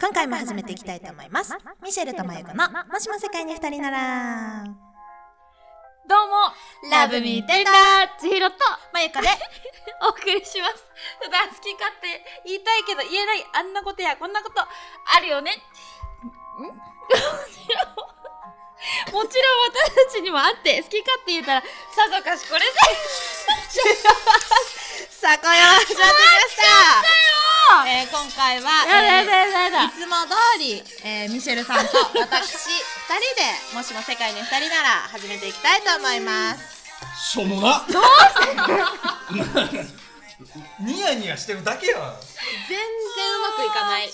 今回も始めていきたいと思います。ミシェルとマユコの、もしも世界に二人なら、どうもラブミーテンダー千尋とマユコで、 お送りしますただ好き勝手言いたいけど言えないあんなことやこんなことあるよねん もちろん私たちにもあって好き勝手言ったらさぞかしこれでさこよ、やってきましたえー今回は、えーだ やいつも通り、えーミシェルさんと私二人で、もしも世界に二人なら始めていきたいと思います。そのなどうして ニヤニヤしてるだけやん全然うまくいかない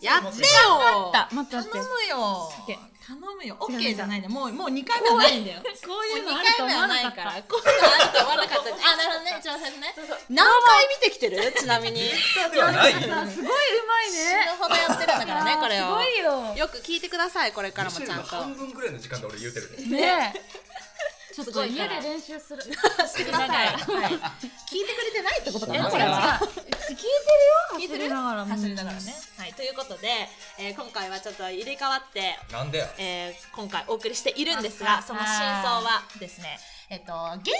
やってよだ待って待って頼むよオッケー頼むよ。オ違うッ違うケーじゃないね。もう、もう二回目はないんだよ。こういうのもあうると思わなかったこういうのあると思わなかった。あ、なるほどね。一番最初ね。何回見てきてるちなみに。死下ではないよさすごいうまいぬほどやってるんだからね、これすをご。いよよく聞いてください、これからもミシちゃェルのんと。半分ぐらいの時間で俺言うてるでねえちょっすとごいか家らで練習するしてください。はい聞いてくれてないってことかえな、違うこれは。聞いてるよ聞いて走りるながらも走りながらね。はい、ということで、えー今回はちょっと入れ替わって、なんでやえー今回お送りしているんですあはが、いその真相はですね、えっと、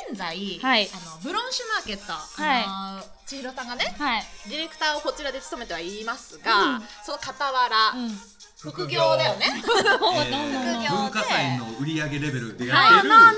現在、はいあのブロンシュマーケット、はいあの千尋さんがね、 はいディレクターをこちらで務めてはいますうが、んその傍ら、うん副業だよね。どうも副業文化祭の売り上げレベルでやはいってる、文化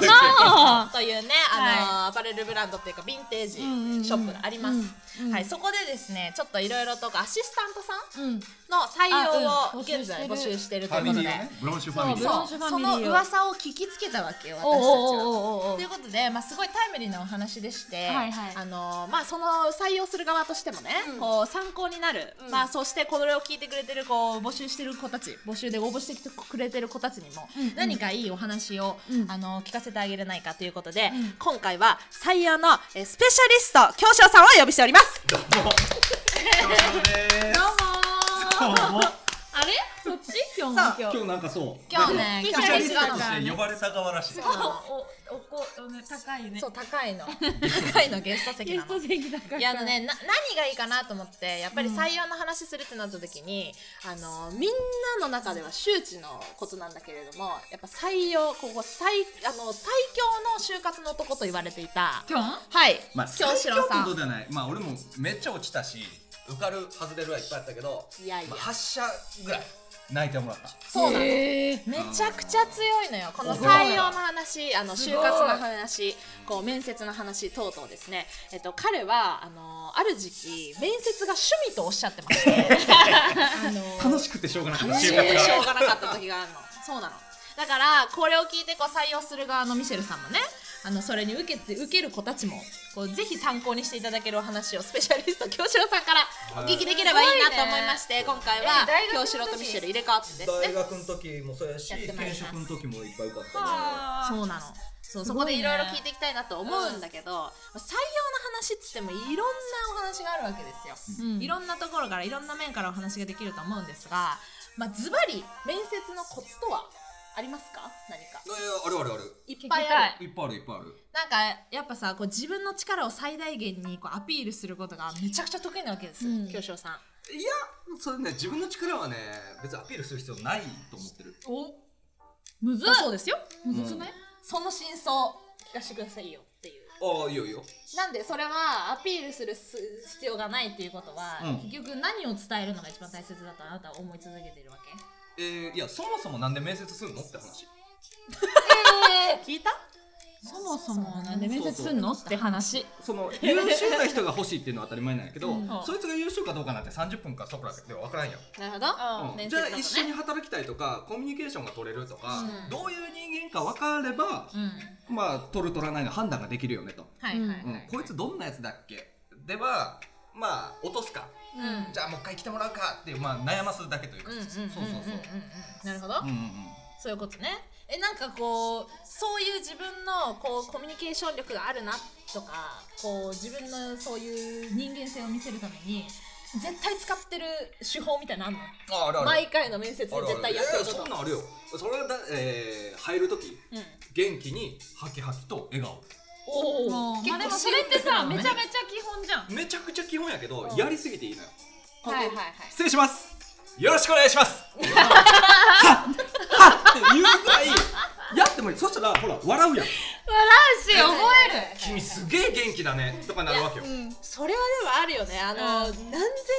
祭あというね、あのアパレルブランドっていうか、ヴィンテージショップがあります。はい、そこでですね、ちょっといろいろとアシスタントさんうんの採あう用んを現在募募集集しているフといァうこミリとーで、ねブロンシュファそミうリブーロそンうシュファそミリーをの噂を聞きつけたわけよ、私たおちうおは。うおうおうおうということで、まあ、すごいタイムリーなお話でして、はいはいあのまあ、その採用する側としてもね、こう参考になる、んまあ、そしてこれを聞いてくれてるこう募集してる子たち募集で応募してきてくれてる子たちにも、うんうん何かいいお話を、うんあの聞かせてあげれないかということで、うん今回は採用のえースペシャリスト京翔さんをお呼びしております。どうもどうどうもあれそっち今そう日今日今日なんかそう今日ねスペシャリストと今日しねて呼ばれた側らしいおおこおね高いねそう高いの高いのゲスト席ゲなスのト。席だからいやあのねな何がいいかなと思ってやっぱり採用の話するってなった時に、あのみんなの中では周知のことなんだけれどもやっぱ採用ここ最あの最強の就活の男と言われていた今はいまあ京最志強郎ってさことんではないまあ俺もめっちゃ落ちたし受かる外れるはいっぱいあったけどいやいやまあ8社ぐらい泣いてもらったそうなの、えめちゃくちゃ強いのよこのすごいな採用の話あのす就ごい活の話こう面接の話等々ですね、えっと、彼はあのある時期面接が趣味とおっしゃってました、あの楽しくてしょうがなかった楽し就く活てしょがうがなかった時があるのそうなのだからこれを聞いてこう採用する側のミシェルさんもねあのそれに受けて受ける子たちもこうぜひ参考にしていただけるお話をスペシャリスト京志郎さんからお聞きできればいいなと思いまして、今回はえ大学の時京志郎とミシェル入れ替わってですね大学の時もそうやしやってまいり転ます職の時もいっぱい受かったなあそうなのそすうそごこいねでいろいろ聞いていきたいなと思うんだけど、採用の話っつってもいろんなお話があるわけですよ、うんいろんなところからいろんな面からお話ができると思うんですがまあズバリ面接のコツとはありますか何かいやいやあるあるあるいっ聞きぱいたあるいいっぱいあるいっぱいあるなんかやっぱさこう自分の力を最大限にこうアピールすることがめちゃくちゃ得意なわけですよ、うん京翔さんいやそれね自分の力はね別にアピールする必要ないと思ってるおむずっそうですよむずくないその真相聞かせてくださいよっていうああいいよいいよなんでそれはアピールするす必要がないっていうことは、うん結局何を伝えるのが一番大切だとあなたは思い続けているわけえー、いやそもそもなんで面接するのって話聞いたそもそもなんで面接すんのって話その優秀な人が欲しいっていうのは当たり前なんやけど、うんそいつが優秀かどうかなんて30分かそこらでは分からんやん、なるほどあ面じ接ゃだあとね一緒に働きたいとかコミュニケーションが取れるとか、うんどういう人間か分かればう、んまあ取る取らないの判断ができるよねと、はいはいはい、うんこいつどんなやつだっけではまあ落とすかうんうんじゃあもう一回来てもらうかっていう、まあ、悩ますだけというか、うんうんうんうんそうそうそうなるほど、うんうんうんそういうことねえなんかこうそういう自分のこうコミュニケーション力があるなとかこう自分のそういう人間性を見せるために絶対使ってる手法みたいなのあんのああるある毎回の面接であるある絶対やってるいいこそんとなんあるよそれはだ、えー、入る時うん元気にハキハキと笑顔おもおうまあでもそれってさめちゃめちゃ基本じゃんめちゃくちゃ基本やけど、うんやりすぎていいのよはいはいはい失礼しますよろしくお願いしますって言うぐらいやってもいいそしたらほら笑うやんし覚える君すげえ元気だねとかなるわけよそれはでもあるよねあの、うん何千人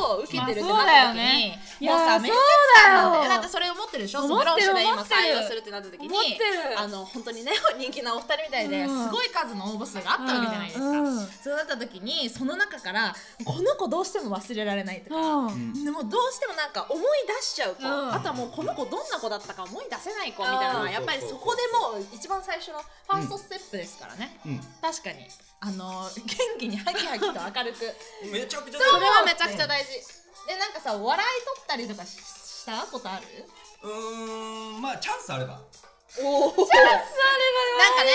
と受けてるってなまあそうだったよ時ねに、もういさや面接官なんそだうだよよだってそれを持ってるでしょ思ってるそのブラウン氏が今思ってる採用するってなった時に思ってるあの本当にね 人気なお二人みたいで、うんすごい数の応募数があったわけじゃないですか、うんうんそうなった時にその中からこの子どうしても忘れられないとか、うんでもどうしてもなんか思い出しちゃう子、うんあとはもうこの子どんな子だったか思い出せない子みたいなのうはんやっぱりそこでもう一番最初のファーストステップですからね、うん確かにあ のー元気にハキハキと明るくめちゃくちゃそれはめちゃくちゃ大事でなんかさ笑い取ったりとかししたことあるうーんまあチャンスあればおおチャンスなんかね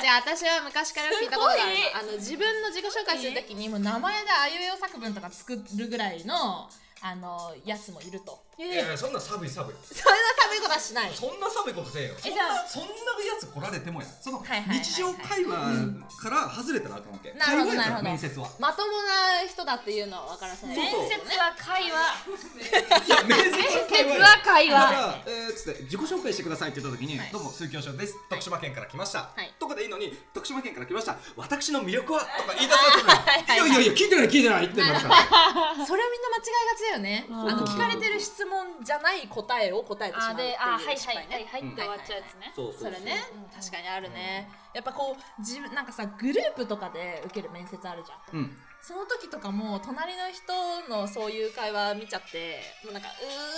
じゃあ私は昔からよく聞いたことがあるすあの自分の自己紹介するときにもう名前であいうえお作文とか作るぐらいのあのーやつもいるとえいやいやそんな寒い寒いそれは寒いことはしないそんな寒いことせえよえじゃあそんなやつ来られてもやそのはいはいはいはい日常会話から外れたらあかんわけなるほど会話やかなるらほど 面接はまともな人だっていうのは分からせない面そうそう接は会話いや面接は面会接話は会だか話ら、えー、つって自己紹介してくださいって言った時に、はいどうも水教所です徳島県から来ました、はいとかでいいのに徳島県から来 ました私の魅力はとか言い出されてはるいいやいやいや聞いてない聞いてないってなるからそれはみんな間違いがちだよね。うんあの聞かれてる質問じゃない答えを答えてしまうあっていうであはいはい失敗はいね。はいって終わっちゃうやつねそう それねうん、確かにあるね。やっぱこう自分なんかさグループとかで受ける面接あるじゃん。うんその時とかも隣の人のそういう会話見ちゃって、もうなんか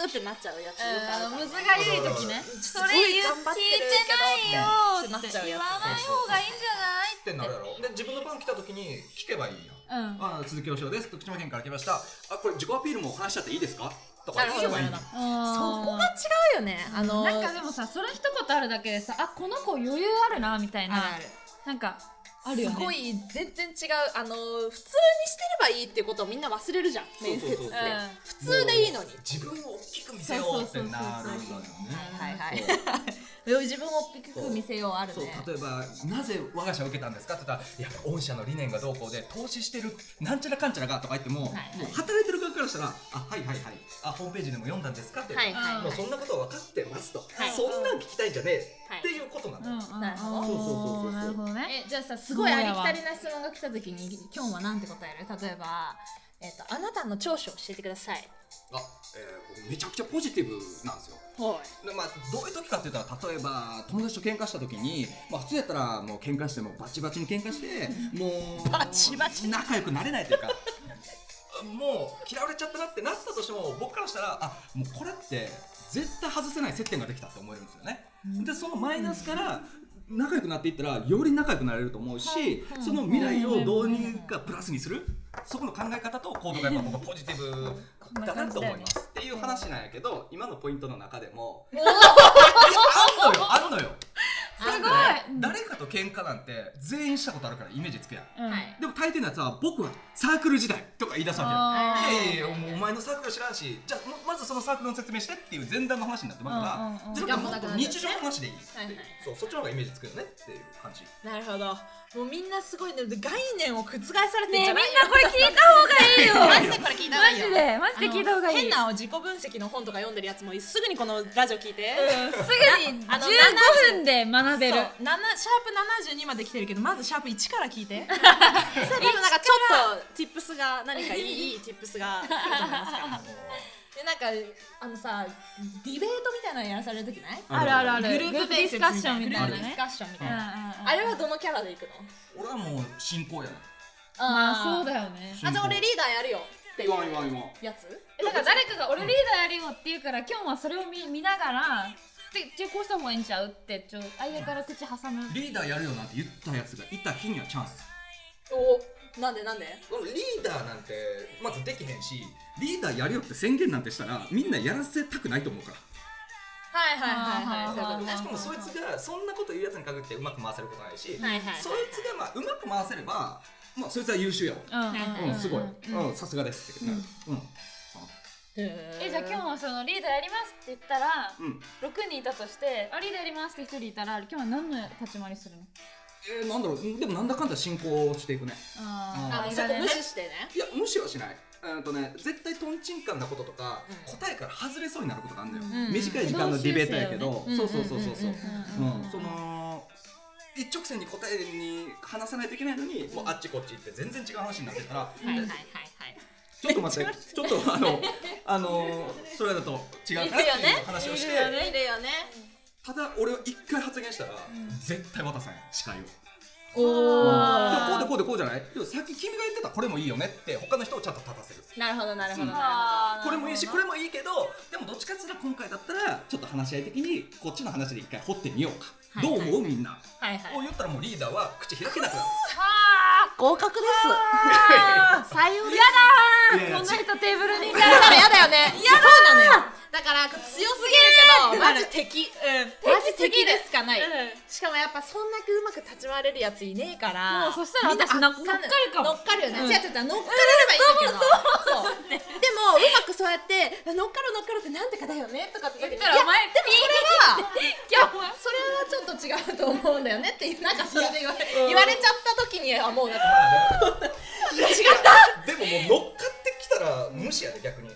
うーってなっちゃうやつよくあるからね。むずがゆい時ねそれ言うすごい頑張っ聞ているてないよけどって言わない方がいいんじっゃてなるやろで自分の番来た時に聞けばいいやんないうんあ鈴木おしです徳島県から来ましたあこれ自己アピールも話しちゃっていいですかとかなる言ほえどばいいなるほど。そそこが違うよね。あのなんかでもさそれ一言あるだけでさあこの子余裕あるなみたいなあるある。なんかあるよねすごい全然違うあの普通にしてればいいってことをみんな忘れるじゃんそう面そう接っそうてそう普通でいいのに自分を大きく見せようってなるんだよねはいはいはい自分を大きく見せようあるそうね例えばなぜ我が社を受けたんですかって言ったら「いや御社の理念がどうこうで投資してるなんちゃらかんちゃらが」とか言っても,、はいもう働いてる側からしたら「あはいはいはいあホームページでも読んだんですか」って、はいはいうんはもういそんなことは分かってますと、はいそんなん聞きたいんじゃねえ、はいっていうことなんだうよ、んうんうんなるほどそうそうそうそうなるほどねえじゃあさすごいありきたりな質問が来た時に今日はなんて答える例えば、えっと「あなたの長所を教えてくださいあえー僕めちゃくちゃポジティブなんですよ」ほでまあ、どういう時かって言ったら例えば友達と喧嘩した時に、まあ、普通やったらもう喧嘩してもうバチバチに喧嘩してもうバチバチ仲良くなれないというかもう嫌われちゃったなってなったとしても僕からしたらあもうこれって絶対外せない接点ができたって思えるんですよね。うんでそのマイナスから仲良くなっていったらより仲良くなれると思うし、はいその未来をどうにかプラスにする、そこの考え方と行動がやっぱ僕はポジティブ だなと思います。っていう話なんやけど今のポイントの中でもおーあんのよあんのよ。すごだっていね誰かと喧嘩なんて全員したことあるからイメージつくやん。うんはいでも大抵のやつは僕はサークル時代とか言い出すわあけーよ。いやいやいやもうお前のサークル知らんしじゃあもまずそのサークルの説明してっていう前段の話になってまううんうんかうんらそれもっと日常の話でいいはいはいそうそっちの方がイメージつくよねっていう感じなるほどもうみんなすごいねで概念を覆されてんねじえみんゃなないよこれ聞いた方がいいよマジでこれ聞いた方がいいマよジでマジで聞いた方がいいあの変な自己分析の本とか読んでるやつもすぐにこのラジオ聞いて、すぐにあの15分で学べるそうななシャープ72まで来てるけどまずシャープ1から 聞いてそれでもなんかちょっとティップスが何かいいいいティップスが来ると思います からでなんかあのさディベートみたいなのやらされる時ないあるあるあるグループディスカッションみたいなグループディねスカッシションみョンみたいなねうんうんうんあれはどのキャラでいくの俺はもう進行やなまあそうよだよねあじゃあ俺リーダーやるよっていう言わん言わん言わんやつえだから誰かが俺リーダーやるよって言うから今日はそれを見見ながらでじゃあこうした方がいいんちゃうってちょ間から口挟むリーダーやるよなんて言ったやつがいた日にはチャンスおなんでなんででもリーダーなんてまずできへんしリーダーやるよって宣言なんてしたらみんなやらせたくないと思うからはいはいはいあーはいそういうことねしかもそいつがそんなこと言うやつに限ってうまく回せることないし、はいはいそいつがまあうまく回せればまあそいつは優秀やわうんうんすごいうんうんさすがですってなるうんええじゃあ今日はそのリーダーやりますって言ったらうん6人いたとしてあリーダーやりますって1人いたら今日は何の立ち回りするのえーなんだろうでもなんだかんだ進行していくねああーそこ無ね視してねいや無視はしないうんとね、絶対とんちんかんなこととか、うん答えから外れそうになることがあるんだよ、うん短い時間のディベートやけど、うんそうそうそうそうそう,、うんうんその一直線に答えに話さないといけないのに、もうあっちこっち行って全然違う話になって るから、はいはいはいちょっと待ってちょっと あのあのそれだと違うかなっていう話をして、はいいるよねただ俺は一回発言したら、絶対渡さんや司会を。おおでもこうでこうでこうじゃないでもさっき君が言ってたこれもいいよねって他の人をちゃんと立たせるなるほどなるほどうんなこれもいいしこれもいいけどでもどっちかっていうと今回だったらちょっと話し合い的にこっちの話で一回掘ってみようか、はいはいどう思うみんな、るほどはいはいこう言ったらもうリーダーは口開けなくなる 合格です採用ですいやいやこんな人テーブルにいだないからやだよねそうなのよだから強すぎるけどマジ敵マジ敵でしかないしかもやっぱそんだけうまく立ち回れるやついねえかもらうそしたらみんな私あっ乗っかるかも乗っかるようね、ん違う違う違う乗っかれればいいんだけど、そうでもうまくそうやってあ乗っかる乗っかるってなんとかだよねとかって言言ったらお前でもそ今日はれはそれはちょっと違うと思うんだよねっていうなんかそれで言われ,、言われちゃった時にはもうなん か違ったでももう乗っかってきたら無視やで逆に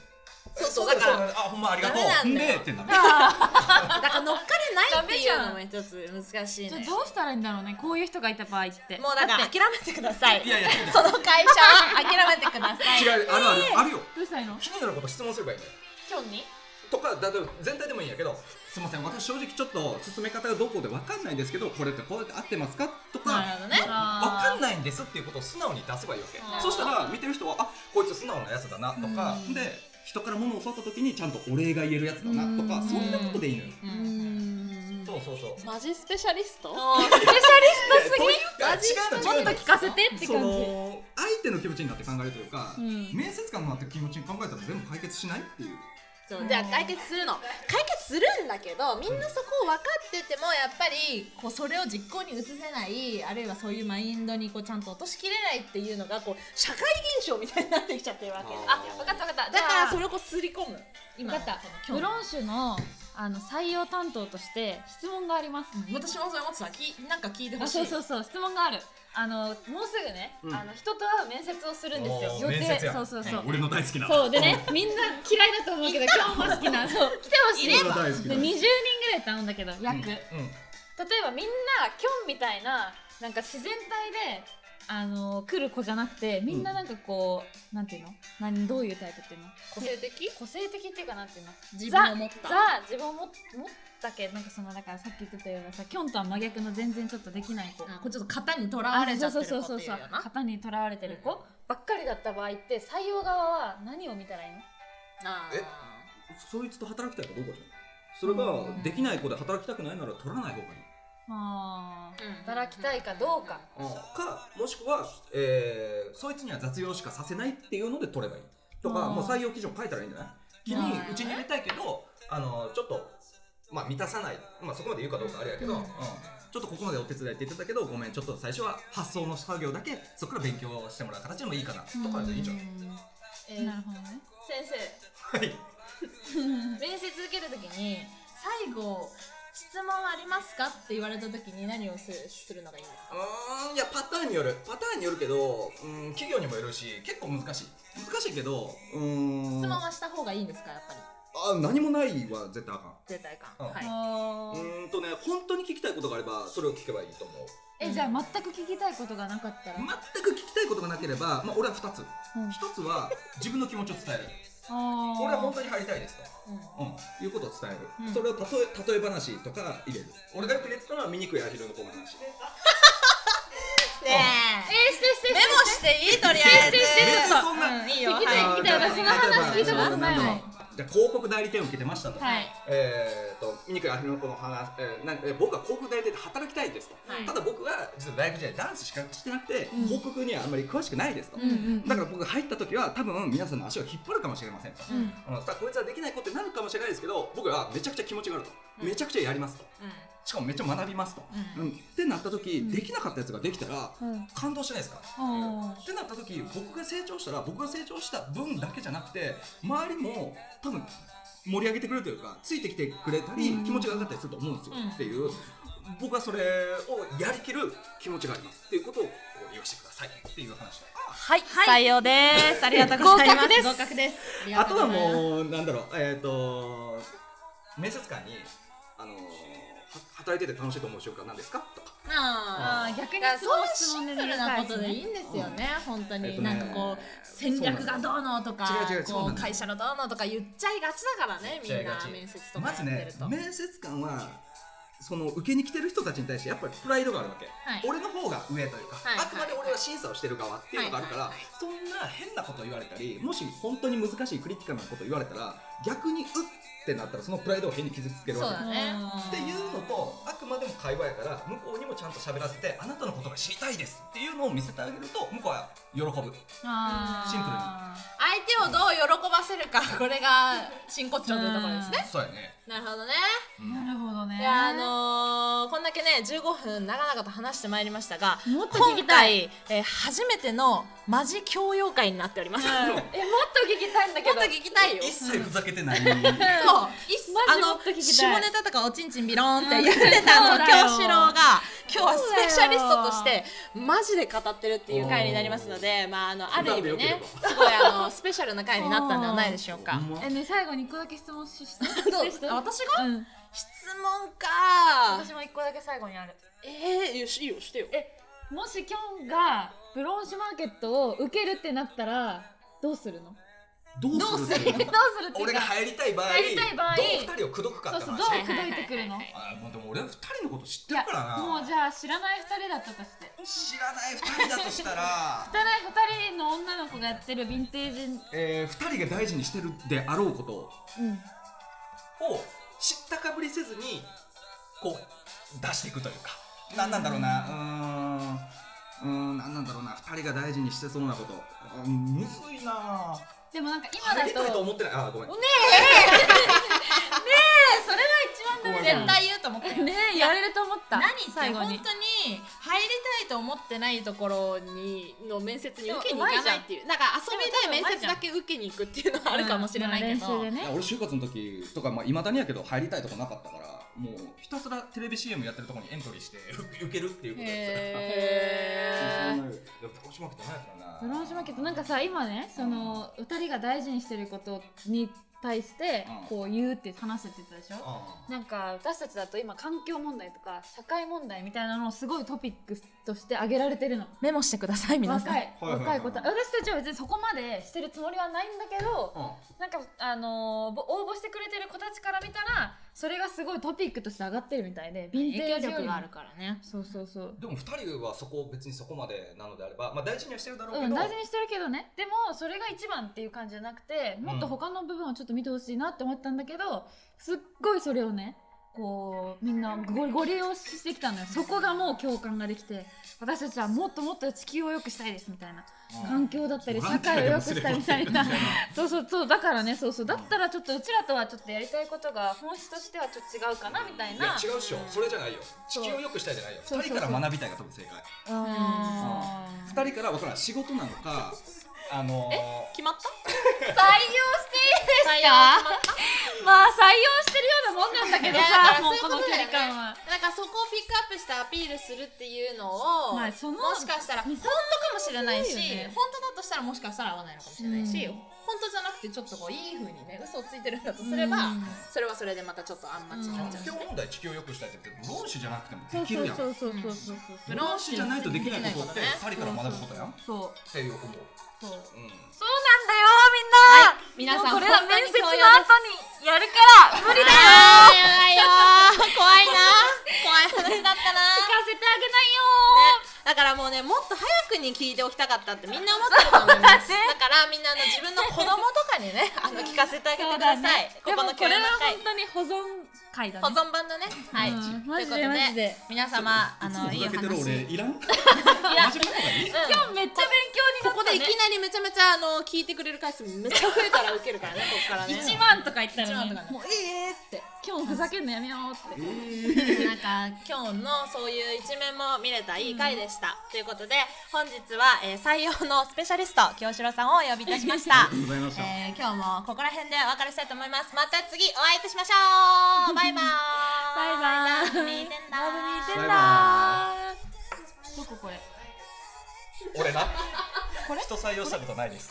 そうそうだからそうあほんまありがとうダメなんだよでってなるだから乗っかれないっていうのも一つ難しいじゃねあどうしたらいいんだろうねこういう人がいた場合ってもうだから諦めてくださいいやいやその 会社は 諦めてください違うあるある、あるよどうしたらいいの気になること質問すればいいのよ今日にとかだと全体でもいいんやけどすみません私正直ちょっと進め方がどうこうで分かんないんですけどこれってこうやって合ってますかとかなるほどね分かんないんですっていうことを素直に出せばいいわけあーそしたら見てる人はあこいつ素直なやつだなとかうんで人から物を教わった時にちゃんとお礼が言えるやつだなとかうんそんなことでいいのようんそうそうそうマジスペシャリストスペシャリストすぎいやというか違うの違うもっとの聞かせてってそ感じの相手の気持ちになって考えるというかうん面接官になって気持ちに考えたら全部解決しないっていうそうじゃあ解決するの解決するんだけどみんなそこを分かっててもやっぱりこうそれを実行に移せないあるいはそういうマインドにこうちゃんと落としきれないっていうのがこう社会現象みたいになってきちゃってるわけああー分かった分かったじだゃあからそれをこうすり込む今わかったこのブ今ロンシュのあの採用担当として質問があります、日私もそれ思ってたきなんか聞いてほあしいそうそうそう質問があるあのもうすぐね、うんあの人と会う面接をするんですよおー予定面接やそうそうそう、俺の大好きなそうでねみんな嫌いだと思うけど今日も好きなそう来てほしい俺の大好きでな20人ぐらい頼んだけど約、うん例えばみんなキョンみたいななんか自然体であの来る子じゃなくてみんななんかこう、なんていうの何どういうタイプっていうの個性的個性的っていうかなんていうの自分を持ったザザ自分を持持ったけどなんかそのだからさっき言ってたようなさキョンとは真逆の全然ちょっとできない子あこれちょっと型にとらわれちゃってる子そうっそうそうていうそような型にとらわれてる子うんばっかりだった場合って採用側は何を見たらいいのあーえそいつと働きたいかどうかじゃんそれができない子で働きたくないなら取らない方がいいあうん働きたいかどうかかもしくは、えーそいつには雑用しかさせないっていうので取ればいいとかあーもう採用基準変えたらいいんじゃない君あーうちに入れたいけどあのちょっと、まあ、満たさない、まあ、そこまで言うかどうかあれやけど、うんうんちょっとここまでお手伝いって言ってたけどごめんちょっと最初は発想の作業だけそこから勉強してもらう形でもいいかなとかでいいんじゃない、えなーるほどね先生はい面接受けるときに最後質問ありますかって言われたときに何をすするのがいいんですかうーんいやパターンによるパターンによるけどうん企業にもよるし結構難しい難しいけどうーん質問はした方がいいんですかやっぱりあ何もないは絶対あかん絶対感うんはい、うあーーんとね本当に聞きたいことがあればそれを聞けばいいと思うえじゃあ全く聞きたいことがなかったら、全く聞きたいことがなければ、まあ、俺は2つうん1つは自分の気持ちを伝えるあー俺は本当に入りたいですと、うんうん、いうことを伝える、うんそれを例え例え話とか入れる俺がよく入れてたのは醜いアヒルの子の話ねええしてしてしてメモしていいとりあえずしてしてしてそんなうん、いいよ聞きたいは聞きたい私の話聞いたことない例えばじゃあ広告代理店を受けてましたと、はいえー、と醜いアヒルの子の話、えーなんえー僕は広告代理店で働きたいですと、はいただ僕は実は大学時代ダンスしかしてなくて、ん広告にはあんまり詳しくないですと、うんうんだから僕が入った時は多分皆さんの足を引っ張るかもしれませんと、うんうんさあこいつはできないことになるかもしれないですけど僕はめちゃくちゃ気持ちがあると、うんめちゃくちゃやりますとうしかもめっちゃ学びますと、ううんってなった時、できなかったやつができたらうん感動しないですか、あーってなった時僕が成長したら僕が成長した分だけじゃなくて周りも多分盛り上げてくれるというかついてきてくれたり、うん気持ちが上がったりすると思うんですよ、うんっていう僕はそれをやりきる気持ちがありますっていうことをこう言わせてくださいっていう話だはい、採用です。ありがとうございます。合格です。合格です。あとはもうなんだろうえっ、と面接官にあのーは働いてて楽しいと思う瞬間なんですかとか、なあ。あー逆にだから質そう問質問でいうシンねプルなことでいいんですよね、本当に、えっとなねんかこう戦略がどうのとか違う違うそうなこんうだ会社のどうのとか言っちゃいがちだからねみ言っんちゃいがちな面接とかまやずってねると、面接官はその受けに来てる人たちに対してやっぱりプライドがあるわけ、はい俺の方が上というか、はいあくまで俺は審査をしてる側っていうのがあるから、はいはいはいそんな変なこと言われたりもし本当に難しいクリティカルなこと言われたら逆にうってなったらそのプライドを変に傷つけるそわうけだねっていうのとあくまでも会話やから向こうにもちゃんと喋らせてあなたのことが知りたいですっていうのを見せてあげると向こうは喜ぶあーシンプルに相手をどう喜ばせるかこれが真骨頂というところですねそうやね、なるほどねうんなるほどねいやあのーこんだけね15分長々と話してまいりましたがもっと聞今きたい回、えー初めてのマジ教養会になっております、うんえもっと聞きたいんだけもっどと聞きたいよ一切ふざけてな いそう一マジあものっと聞きたい下ネタとかおちんちんビローンって言ってたの京志郎が今日はスペシャリストとしてマジで語ってるっていう回になりますので、まあ、あのある意味ねすごいあのスペシャルな回になったんではないでしょうか。えね最後に一個だけ質問しして どうしてあ私がうん質問か私も一個だけ最後にあるえー、よしいいよしてよ。もしキョンがブロンシュマーケットを受けるってなったらどうするのどうするっていどうするっうのていうか俺が入りたい場合入りたい場合どう二人を口説くかそっうてそう話どう口説いてくるの、はいはいはいあもうでも俺は二人のこと知っているやからなもうじゃあ知らない二人だったとして知らない二人だとした ら知らない二人の女の子がやってるヴィンテージえー、二人が大事にしてるであろうことをうん知ったかぶりせずにこう出していくというか何なんだろうなうーんうーん何なんだろうな二人が大事にしてそうなことうーんむずいなでもなんか今だ入とりたいと思ってないあーごめんそれが一番だ絶対言うと思ってる。ねえやれると思った何って最後本当に入にりたいと思ってないところにの面接に受けに行かないっていうなんか遊びで面接だけ受けに行くっていうのはあるかもしれないけど、まあ練習でいやね俺就活の時とかまあ未だにやけど入りたいとこなかったからもうひたすらテレビ CM やってるところにエントリーして 受けるっていうことやってたへそんーなのいやプロシマーケットないからなブロンシュマーケットなんかさ今ねその二人が大事にしてることに対してうんこう言うって話すって言ってたでしょあなんか私たちだと今環境問題とか社会問題みたいなのをすごいトピックとして挙げられてるのメモしてください皆さん若いはいはいはい若い子た私たちは別にそこまでしてるつもりはないんだけどーうんなんかあのーぼ応募してくれてる子たちから見たらそれがすごいトピックとして上がってるみたいでヴィンテージよりもからねそうそうそうでも2人はそこ別にそこまでなのであれば、まあ、大事にはしてるだろうけど、うん、大事にしてるけどねでもそれが一番っていう感じじゃなくてもっと他の部分をちょっと見てほしいなって思ったんだけど、すっごいそれをねこうみんなごご利用してきたのよそこがもう共感ができて私たちはもっともっと地球を良くしたいですみたいな環境だったり社会を良くしたいみたいなそうそうそうだからねそうそうだったらちょっとうちらとはちょっとやりたいことが本質としてはちょっと違うかなみたいいやな違うっしょそれじゃないよ地そう球を良くしたいじゃないよそう2そうそう人から学びたいが多分正解うーん2人から分からん仕事なのかあのー決まった採用していいですかまあ採用してるようなもんなんだけどいやだかさらもうこそういうこの距とだよね離感は。なんかそこをピックアップしてアピールするっていうのを、まあそのもしかしたら本当かもしれないし、そうだよね本当だとしたらもしかしたら合わないのかもしれないし、うん本当じゃなくてちょっとこういい風にね嘘をついてるんだとすれば、うんそれはそれでまたちょっとあんまちになっ環ちゃうしね、境問題地球を良くしたいって言って論主じゃなくてもそうできそるうやんそうそうそうそうそう。論主じゃないとできないことってできない2人から学ぶことやんっそうていう思う、そう。そうなんだようん、みん皆な。さんもうこれは本当面に接の後共に用やるから無理だよ。あーやばいよー怖いな怖い話だったな行かせてあげないよねだからもうねもっと早くに聞いておきたかったってみんな思ってると思いますそうだね だからみんなあの自分の子供とかにねあの聞かせてあげてそうくだだねさい、こでもこのこ教れ養はの会本当に保存会だね。保存版だねはい、うんとマいうジことででマジで。皆様あのいいいつもふざけてる話俺いらんいや真面目な方がいいうん今日めっちゃ勉強になこったね。こでいきなりめちゃめちゃあの聞いてくれる回数めっちゃ増えたらウケる からねこっからね一万とか言った一ら万ねとかねもうええって。今日ふざけんのやめようって。なんか今日のそういう一面も見れたいい回でした、ということで本日は、えー採用のスペシャリスト清志郎さんをお呼びいたしましたありがとうございましたえー今日もここら辺でお別れしたいと思いますまた次お会いいたしましょうバイバーイバイバーイラブミーテンダーラブミーテンダーバイバーイどここれ。 「俺なこれ 人採用したことないです